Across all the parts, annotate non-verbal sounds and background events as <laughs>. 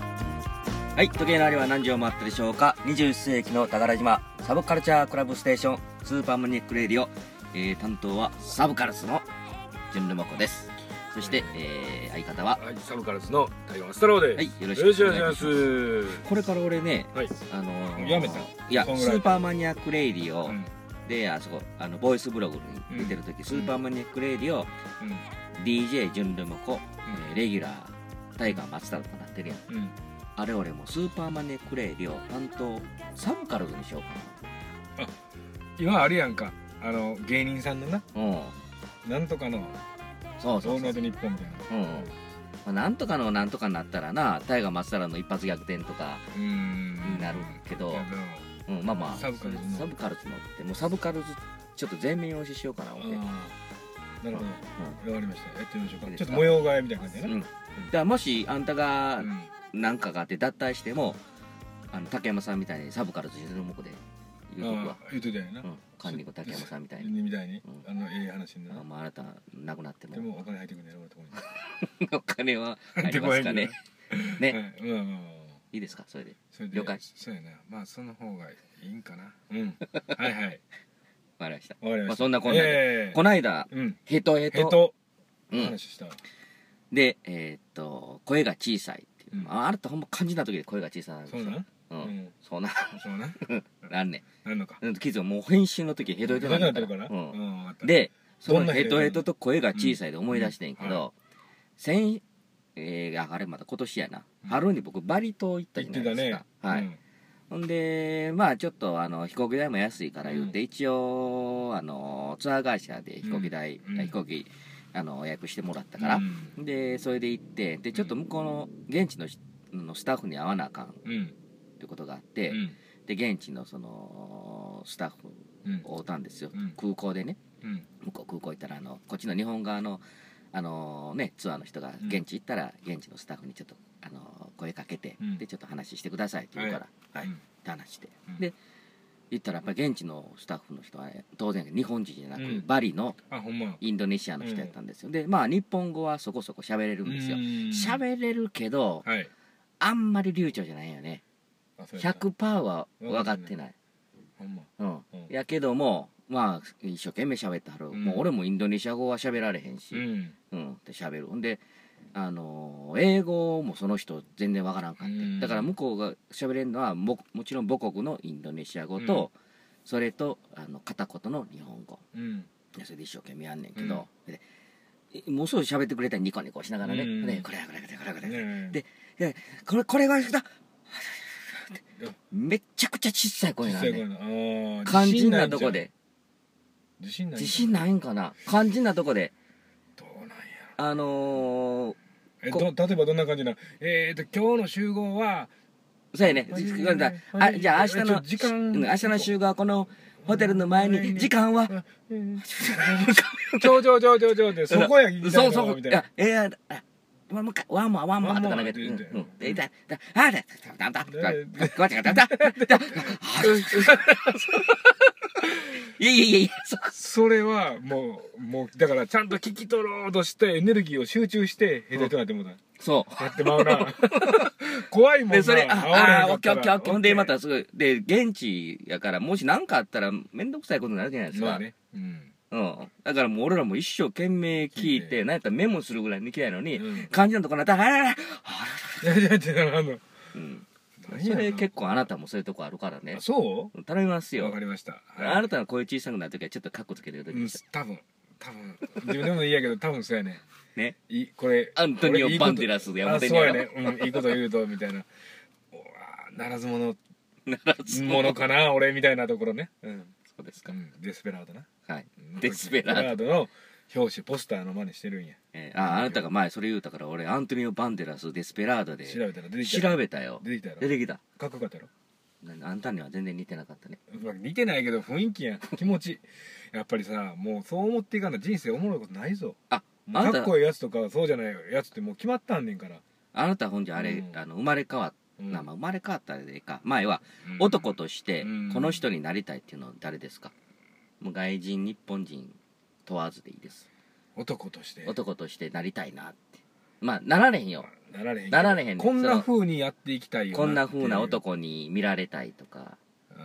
はい、時計のあれは何時を回ったでしょうか21世紀の宝島サブカルチャークラブステーションスーパーマニアックレディオ、えー担当はサブカルスのジュンルマコですそして、えー相方ははい、サブカルスのタイガーマス太郎です。はいよろしよろしくくおお願い願いししまますす。これから俺ねはい、あのーやめたいやスそんぐらいーパーマニアックレディオ、うんであそこあのボイスブログに出てる時、スーパーマニアックレディオ DJ ジュンルマコ、えーレギュラータイガー松太郎となってるやんうん、うん、あれ俺もうスーパーマニアックレディオ担当サブカルズにしようか今あるやんか、あの芸人さんのな、なうんなんとかのそうオそーうそルナうイトニッポンみたいな。うんうんまあ、なんとかのなんとかになったらな大河松原の一発逆転とかうーんになるけどい、やでもうんまあまあサブカルズのサブカルズのってもうサブカルズちょっと全面押ししようかな思って、うんあーなるほど、わかりました。やってみましょういいですか。ちかょっと模様替えみたいな感じうでね。ん、だからもしあんたうがんなんかがあって脱退してもあの竹山さんみたいにサブカルズにするもこで言うとくあわー言うといたよなう。んカンニング竹山さんみたいにみたいにう、んあのええ話になある。もうあなた亡くなってもでもお金入ってくるんだよ、俺のところに。 <laughs> お金はありますかねねはいまあまあまあまあ。いいですかそれでそれで了解そうやなまあその方がいいんかなうんはいはいわかりましたわかりました、まあそんなこんなでええこないだうんヘトヘトヘトうのん話したわで、えーっと、声が小さいっていう。うんまああなたほんま肝心な時で声が小さなんですそうよ。なんう。うんんそうなん。そうなんなんね。なんのかうんキズもう編集の時ヘトヘトどなうんなっだてかるら。からうんんわかったで、そどんのなヘヘトトヘヘトトと声が小さいで思い出してんけうんうんど、先、えー、ああれまだ今年やな。うん春に僕バリ島行った言じっゃなていですたねか。はうい。んほんで、まあちょっとあの飛行機代も安いから言って、う一応、あの、ツアー会社で飛行機代、うん飛行機、あの、予約してもらったからう、んでそれで行ってでちょっと向こうの現地のしのスタッフに会わなあかんっうんてことがあって、うんで現地のそのスタッフうんを会うたんですよ、うん空港でねうん向こう空港行ったらあのこっちの日本側のあのねツアーの人がうん現地行ったら、現地のスタッフにちょっとあの声かけて、うんでちょっと話してくださいって言うから、はいうんって話してうんで行ったらやっぱり現地のスタッフの人は、ね、当然日本人じゃなく、うんバリのあほんまインドネシアの人やったんですよ、でまあ日本語はそこそこ喋れるんですよ、る喋れるけどはいあんまり流暢じゃないよねあそうやった100%は分かってない、ほんまうんうんやけどもまあ一生懸命喋ってはる、うんもう俺もインドネシア語は喋られへんうし、んうん、で喋るほんであのー英語もその人全然分からんかって、うんだから向こうが喋れるのはももちろん母国のインドネシア語と、それとあの片言の日本語うんでそれで一生懸命やんねんけど、でえもうすぐ喋ってくれたらニコニコしながらね「うんねこれこれこれこれこれ」ねでこれこれがだめっちゃくちゃ小さい小声なんさい声でなあー肝心自信いなんとちゃうこで自信ないんちゃう自信ないんかな肝心なとこでどうなんやあのー、えこど例えばどんな感じなえーと今日の集合はそうやねはいごめんなさいあじゃあ明日ちょの時間うん明日の集合はこのホテルの前前にに時間は <laughs> ちょちょちょちょちょってそこや聞きたそいうのそはうみいたいなやえやあワンモアワンモアワンモアワンとモアかなんかって言ううんてうんでいただあだだだだだだだだだだいやいやいやいやそう <laughs> それはもうもうだからちゃんと聞き取ろうとしてエネルギーを集中してヘトヘトなってもうたそうやってまうな <laughs> 怖いもんなで、それ、会われへあ、あー、んかオッっケーたオッらケーオッケー。ほんで、またすごい。で、現地やから、もし何かあったら、めんどくさいことになるじゃないですまか。あねうんうん。だからもう俺らも一生懸命聞い聞いて、てなんやったらメモするぐらい抜きたいのに、うん肝心なとこになったら、あらららいやいやいやあのうん。何そやれな結構あなたもそういうとこあるからね。そ頼みますうわよか。りましたあるなたの声小さくなるときはちょっとカッコつけてるときうん多分多分自分でもいいやけど多分そうやねね。いこれアントニオ・バンデラスであ山手にそうややろ。ね、うん、いいこと言うとみたいなうわならず者ならずものかな俺みたいなところね、うんそうですうか。ん、デスペラードなはい。うんデスペラードデの表紙ポスターの真似してるんやえーあ、あなたが前それ言うたから、俺、アントニオ・バンデラス、デスペラードで調べたら出てきた調べたよ。出てきたや出ろてきた。かっこよかったやろなんあんたには全然似てなかったねうわ似てないけど雰囲気やん気持ちやっぱりさもうそう思っていかな人生おもろいことないぞああかんたっこいいやつとかそうじゃないやつってもう決まったんねんから、あなたほんじゃあれ、うんあの生まれ変わっうんなまあ生まれ変わったらでいいか前はうん男としてうんこの人になりたいっていうのは誰ですか、もう外人日本人問わずでいいです男として男としてなりたいなってまあなられへんよなられへんけどなられへんねこんそなの風にやっていきたいよこんな風なっていう男に見られたいとか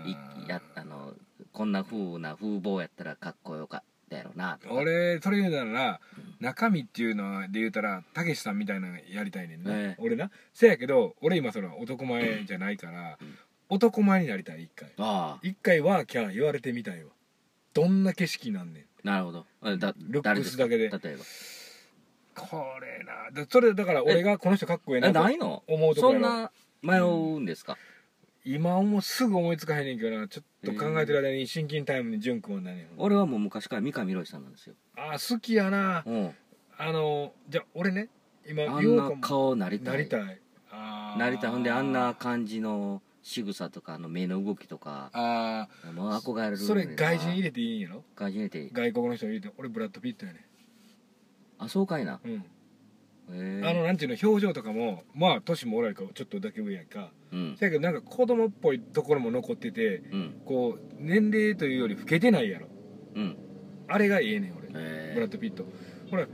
いあーやあのこんな風な風貌やったらかっこよかったやろなとか俺それ言うなら中身っていうので言うたらたけしさんみたいなのやりたいねんな、ええ俺なせやけど俺今その男前じゃないから、うん男前になりたい一回ああ一回はキャー言われてみたいわどんな景色なんねんなるほどあだルッ誰クですスかだけで例えばこれなだそれだから俺がこの人かっこえええなとないの思うとこそやんろな迷うんですか、今もうすぐ思いつかへんねんけどなちょっと考えてる間に親近タイムに純くんはなんねん俺はもう昔から三上ロイさんなんですよ、あー好きやなうん、あのじゃあ俺ね今あん言おうなかも顔なりたいなりたいあーなりたいほんであんな感じの仕草とかあの目の動きとかあもう憧れあるそれ外人入れれていいんやろ外人入れていい外国の人入れて俺ブラッド・ピットやねあそうかいな、うん、へえあのなんていうの表情とかもまあ年もおられるからちょっとだけ上やんかうんせやけどなんか子供っぽいところも残っててうんこう年齢というより老けてないやろうんあれがええねん俺へブラッド・ピットほら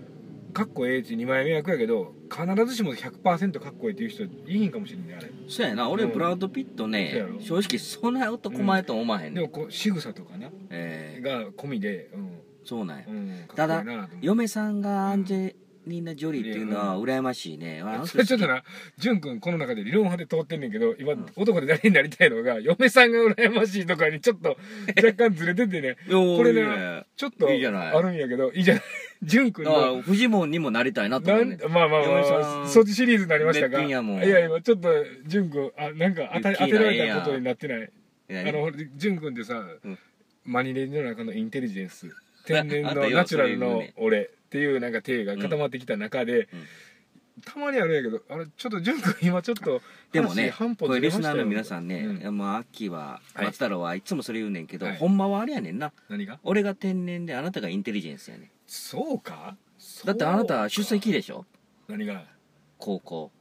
かっこええって2枚目役やけど必ずしも100%かっこええっていう人いいんかもしれんねあれえそうやな俺うんブラッド・ピットそうねやろ正直そんな男前とは思わへんでね、んもこう仕草とかなええが込みでうん、そうなんや、うん、ただかっこいいなと思う嫁さんがアンジェリーナ・ジョリーっていうのは羨ましいね、 <laughs> あの人それちょっとな潤君この中で理論派で通ってんねんけど今、うん男で誰になりたいのが嫁さんが羨ましいとかにちょっと若干ずれててねここれねねちょっといいじゃないあるんやけどいいじ <laughs> ゃない潤君だのからフジモンにもなりたいなとな思うんねまあまあまあ、嫁まさあ、んそっちシリーズになりましたがべっぴんやもんいや今ちょっと潤君あなんか当たり当ゆっきてーなえらえれやんたことになってないいやあの潤君ってさ、うんマニレの中のインテリジェンス天然 <laughs> あったのよナチュラルそれ言のうね俺っていうなんか体が固まってきた中うで、んたまにあるんやけどあれちょっと潤君今ちょっとでもね話半歩こずれれリまスしたナよーの皆さんね、ういやまあ秋ははい松太郎はいつもそれ言うねんけど、はいほんまはあれやねんな何が俺が天然であなたがインテリジェンスやねんそうかだってあなた出席ででしょ何が高校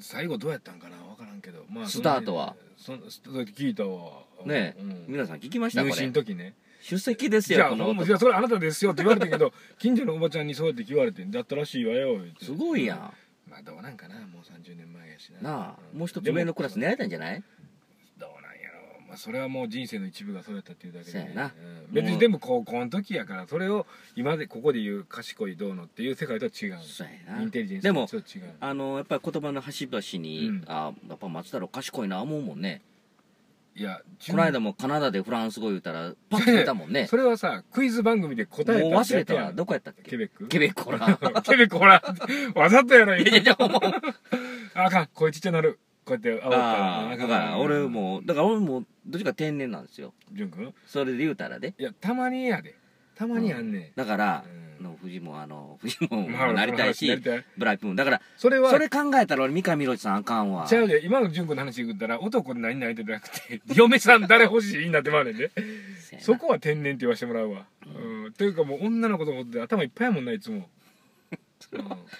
最後どうやったんかな分からんけど、まあ、スタートはそのその聞いたわねえうん、皆さん聞きました入こ試れの時ね出席ですじゃよあこのほんまじゃあ男それあなたですよって言われてんけど <laughs> 近所のおばちゃんにそうやって言われてんだったらしいわよ言うてすごいやんまあどうなんかなもう30年前やしななあんもう一つ上のクラス狙えたんじゃないどうなんやろまあそれはもう人生の一部がそうやったっていうだけで、そうやなん別もにうでも高校の時やからそれを今でここで言う賢いどうのっていう世界とは違うそうやなインテリジェンスでもとはちょっと違うあのやっぱり言葉の端々に、うんあやっぱ松太郎賢いな思うもんねいやこの間もカナダでフランス語言うたらパッと出たもんね <laughs> それはさクイズ番組でも答うえた忘れたやわつやんどこやったっけケベックケベックほ <laughs> らケベックほらわざとやろいやい今やもうあかん声ちっちゃなるこうやって煽ったああだから俺もだから俺もどっちか天然なんですよ潤君それで言うたらねいやたまにやでたまにやんねだから、うんのフジモンあのフジモンんもなりたいしなりたいブライプもだからそれはそれ考えたら俺三上ロイさんあかんわちゃうで今の純子の話言ったら男で何々じゃなくて嫁さん誰欲しいになってまうねんでせやなそこは天然って言わせてもらうわ、うん、というかもう女の子と思って頭いっぱいやもんないつも、うん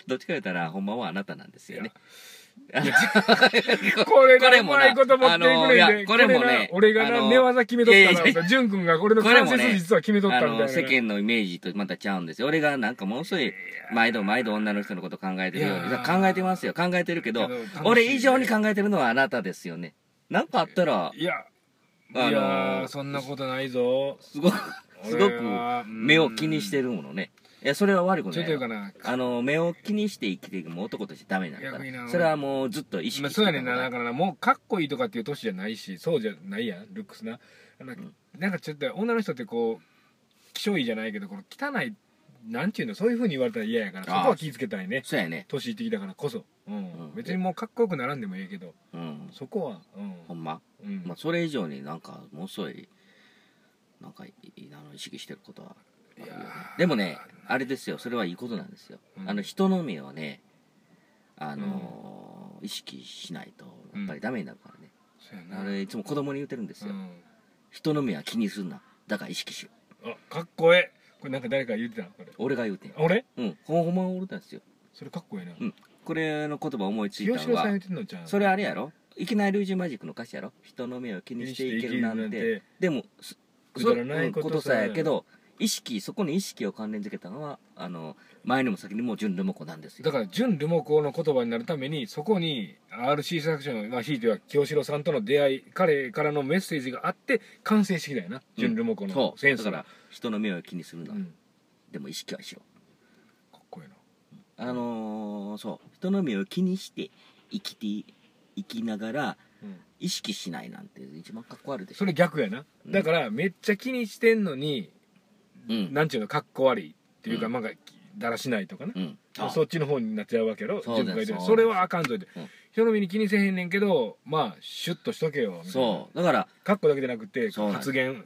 どっちか言うたらほんまはあなたなんですよねこれこれなうもなまいこと持っあてくのいれんやでこれもねな俺があなの寝技決めといやいっやたいやなと純君が俺のこれ関もね節実は決めとったあみたいなの世間のイメージとまた違うんですよ俺がなんかものすごい毎度毎度女の人のこと考えてるようにいやー考えてますよ考えてるけどけど楽しいね俺以上に考えてるのはあなたですよねなんかあったらいやいあのやーそんなことないぞすごくすごく俺はうん目を気にしてるものねいやそれは悪くちょなっいと言うよかなあの目を気にして生きていくもう男としてダメなんだか逆にならそれはもうずっと意識まあ、してそうたやこねとんながだからなもうかっこいいとかっていう年じゃないしそうじゃないやんルックスななんか,、なんかちょっと女の人ってこう気性いいじゃないけどこの汚いなんていうのそういうふうに言われたら嫌やからそああこは気ぃつけたいねそうやね年いってきたからこそ、うんうん別にもうかっこよくならんでもいいけどうんそこはうほん、んまうんまあそれ以上になんかものすごいなんかいいあの意識してることはあるよねいやーでもねあれですよそれはいいことなんですよ、うんあの人の目をねあのー意識しないとやっぱりダメになるからね、そうやあなれいつも子供に言ってるんですよ、うん人の目は気にするなだから意識しようあかっこええこれなんか誰か言ってたこれ俺が言うてん俺うんほんまは俺なんですよ、それかっこええな、うん、これの言葉思いつい清た志の郎さん言はってんのじゃんそれあれやろいきなりルージュマジックの歌詞やろ人の目を気にしていけるなんて気にしていけるなんてでもそくだらないことそううんことさやけど意識そこに意識を関連づけたのはあの前にも先にも純ルモコなんですよだから純ルモコの言葉になるためにそこに RC サクションまあひいては清志郎さんとの出会い彼からのメッセージがあって完成してきたよな純ルモコそのうセンスだがから、人の目を気にするな、うん、でも意識はしろかっこいいなあのーそう人の目を気にして生きて生きながらうん意識しないなんて一番かっこ悪いでしょそれ逆やなうんだからめっちゃ気にしてんのに、うんなんちゅうのかっこ悪いっていうか、うんなんかだらしないとかな、うんあそっちの方になっちゃうわけやろそうで自す分が言ってそうるですそれはあかんぞって、うん人の目に気にせえへんねんけどまあシュッとしとけよみたいなそうだから、かっこだけじゃなくてそうなんです発言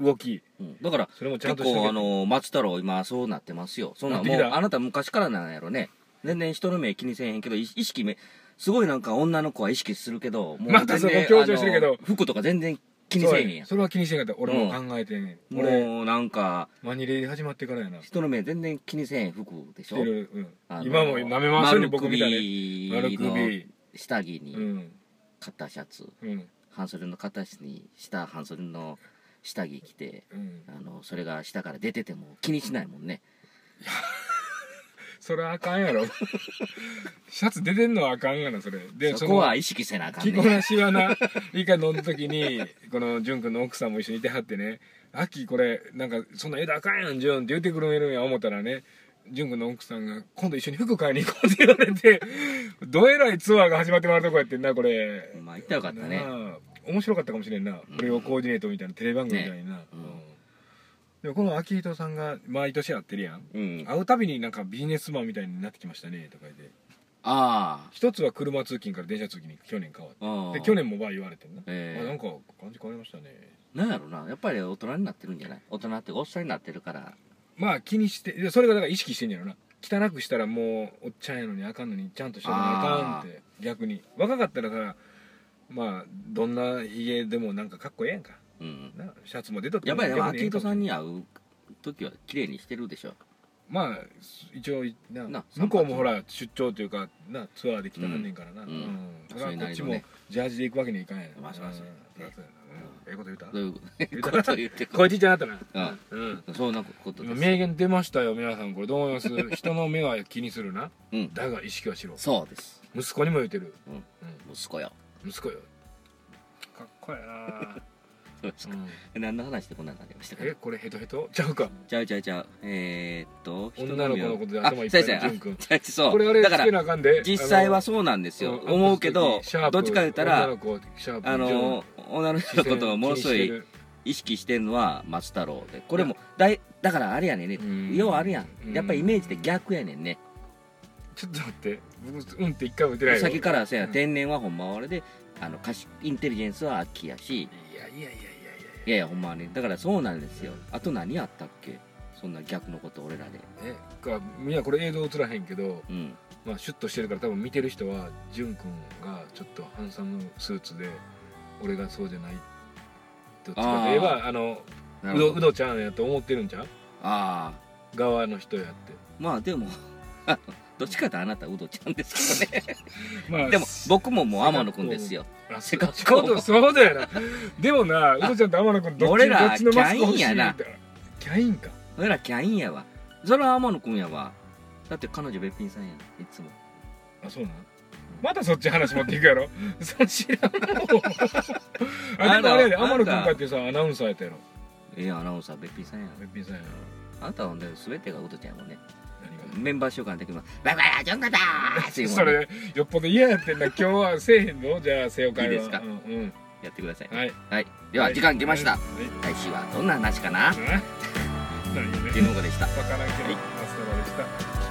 うん動きうんだからそれもちゃん結としとけ構よあの松太郎今そうなってますよそんななっんてもきうたあなた昔からなんやろね全然人の目気にせえへんけどい意識めすごいなんか女の子は意識するけどもまたそこ全然強調してるけどあの服とか全然気にせえへんやんそうやねそれは気にしてんかった俺も考えてんねん俺もうなんかマニレ始まってからやな人の目全然気にせえへん服でし着ょてる、うんあの今も舐め回すように僕みたいに丸丸首の首下着うにん肩シャツ、うん半袖の肩に下半袖の下着着てうんあのそれが下から出てても気にしないもんねそれはあかんやろ <laughs> シャツ出てんのはあかんがなそれでそのこは意識せなあかん着ねこなしはな一回飲んだ時にこの潤君の奥さんも一緒にいてはってね「秋これなんかそんな枝あかんやん潤」って言ってくれるんや思ったらね潤君の奥さんが「今度一緒に服買いに行こう」って言われてどえらいツアーが始まってもらうとこやってんなこれまあ行ったらよかったねなあ面白かったかもしれんな、うんこれをコーディネートみたいなテレビ番組みたいにな、うんでもこの秋人さんが毎年会ってるやんうんあ会うたびになんかビジネスマンみたいになってきましたねとか言ってあ一つは車通勤から電車通勤に去年変わってああで去年もまあ言われてんな、ええあなんか感じ変わりましたねなんやろなやっぱり大人になってるんじゃない大人っておっさんになってるからまあ気にしてでそれがだから意識してんやろな汚くしたらもうおっちゃんやのにあかんのにちゃんとしたらあかんって逆に若かったらさまあどんなひげでもなんかかっこええやんかうんなシャツも出とってやっもぱりでも逆にえ秋え人かもしれさんんに会う時は綺麗にしてるでしょまあ一応なな向こうもほら出張というかなツアーで来たはんねんからな、うんだからそれなこっりちのもねジャージで行くわけにはいかんやんまあそうらんそううんねそうやなうんええこと言うたどういうこと言ってここいちっちゃなったなうんそんなこと今です名言出ましたよ皆さんこれどう思います <laughs> 人の目は気にするなうんだが意識はしろそうです息子にも言うてる、うん息子ようん息子よかっこやな、そうですうかん何の話でこんなになりましたかえこれヘトヘトちゃうかちゃうちゃうちゃうえー、っと女の子のことであ頭いっぱいのそう潤や君そうやそうこれあれだつかけならあかんで実際はそそうなんですよ思うけどどっちか言ったらあの女の人のことをものすごい意識してるのは松太郎でこれもだいだからあれやねんねうん要はあれやんやっぱイメージって逆やねんねちょっと待って僕うんって一回も言ってないよ先からせやうん天然はほんまはあれであの賢いインテリジェンスは秋やしいやいやいやいやいいやいやほんまはねだからそうなんですよあと何やったっけそんな逆のこと俺らでやいやえかみんなこれ映像映らへんけどうんまあ、シュッとしてるから多分見てる人はく君がちょっとハンサムスーツで俺がそうじゃないどっちかといえばあのなうるどほうどどちゃんやと思ってるんちゃうああ側の人やってまあでも <laughs> あのどっちかってあなたうどちゃんですけ <laughs> どねまあでも僕ももう天野くんですよあせそっかうくそうそう <laughs> だよなでもなうどちゃんと天野君どっ俺ちらどっちのマスク欲しいキャインやなってキャインか俺らキャインやわそれは天野くんやわだって彼女べっぴんさんやんいつもあそうなのまたそっち話持っていくやろそっちらもう <laughs> あでもあれやであんた天野君かってさアナウンサーやったやろええアナウンサーべっぴんさんやんべっぴんさんやろあんたはほんで全てがうどちゃんやもんね何がメンバー召喚できますバイバイジョンコだーっていうもん <laughs> そねれよっぽど嫌やってんな今日はせえへんのじゃあせよかいいですかうん、うん、やってくださいはいはいでは時間来ましたはい来週はどんな話かなはい、何ねジェノコでしたわからんけど、はいマスターでした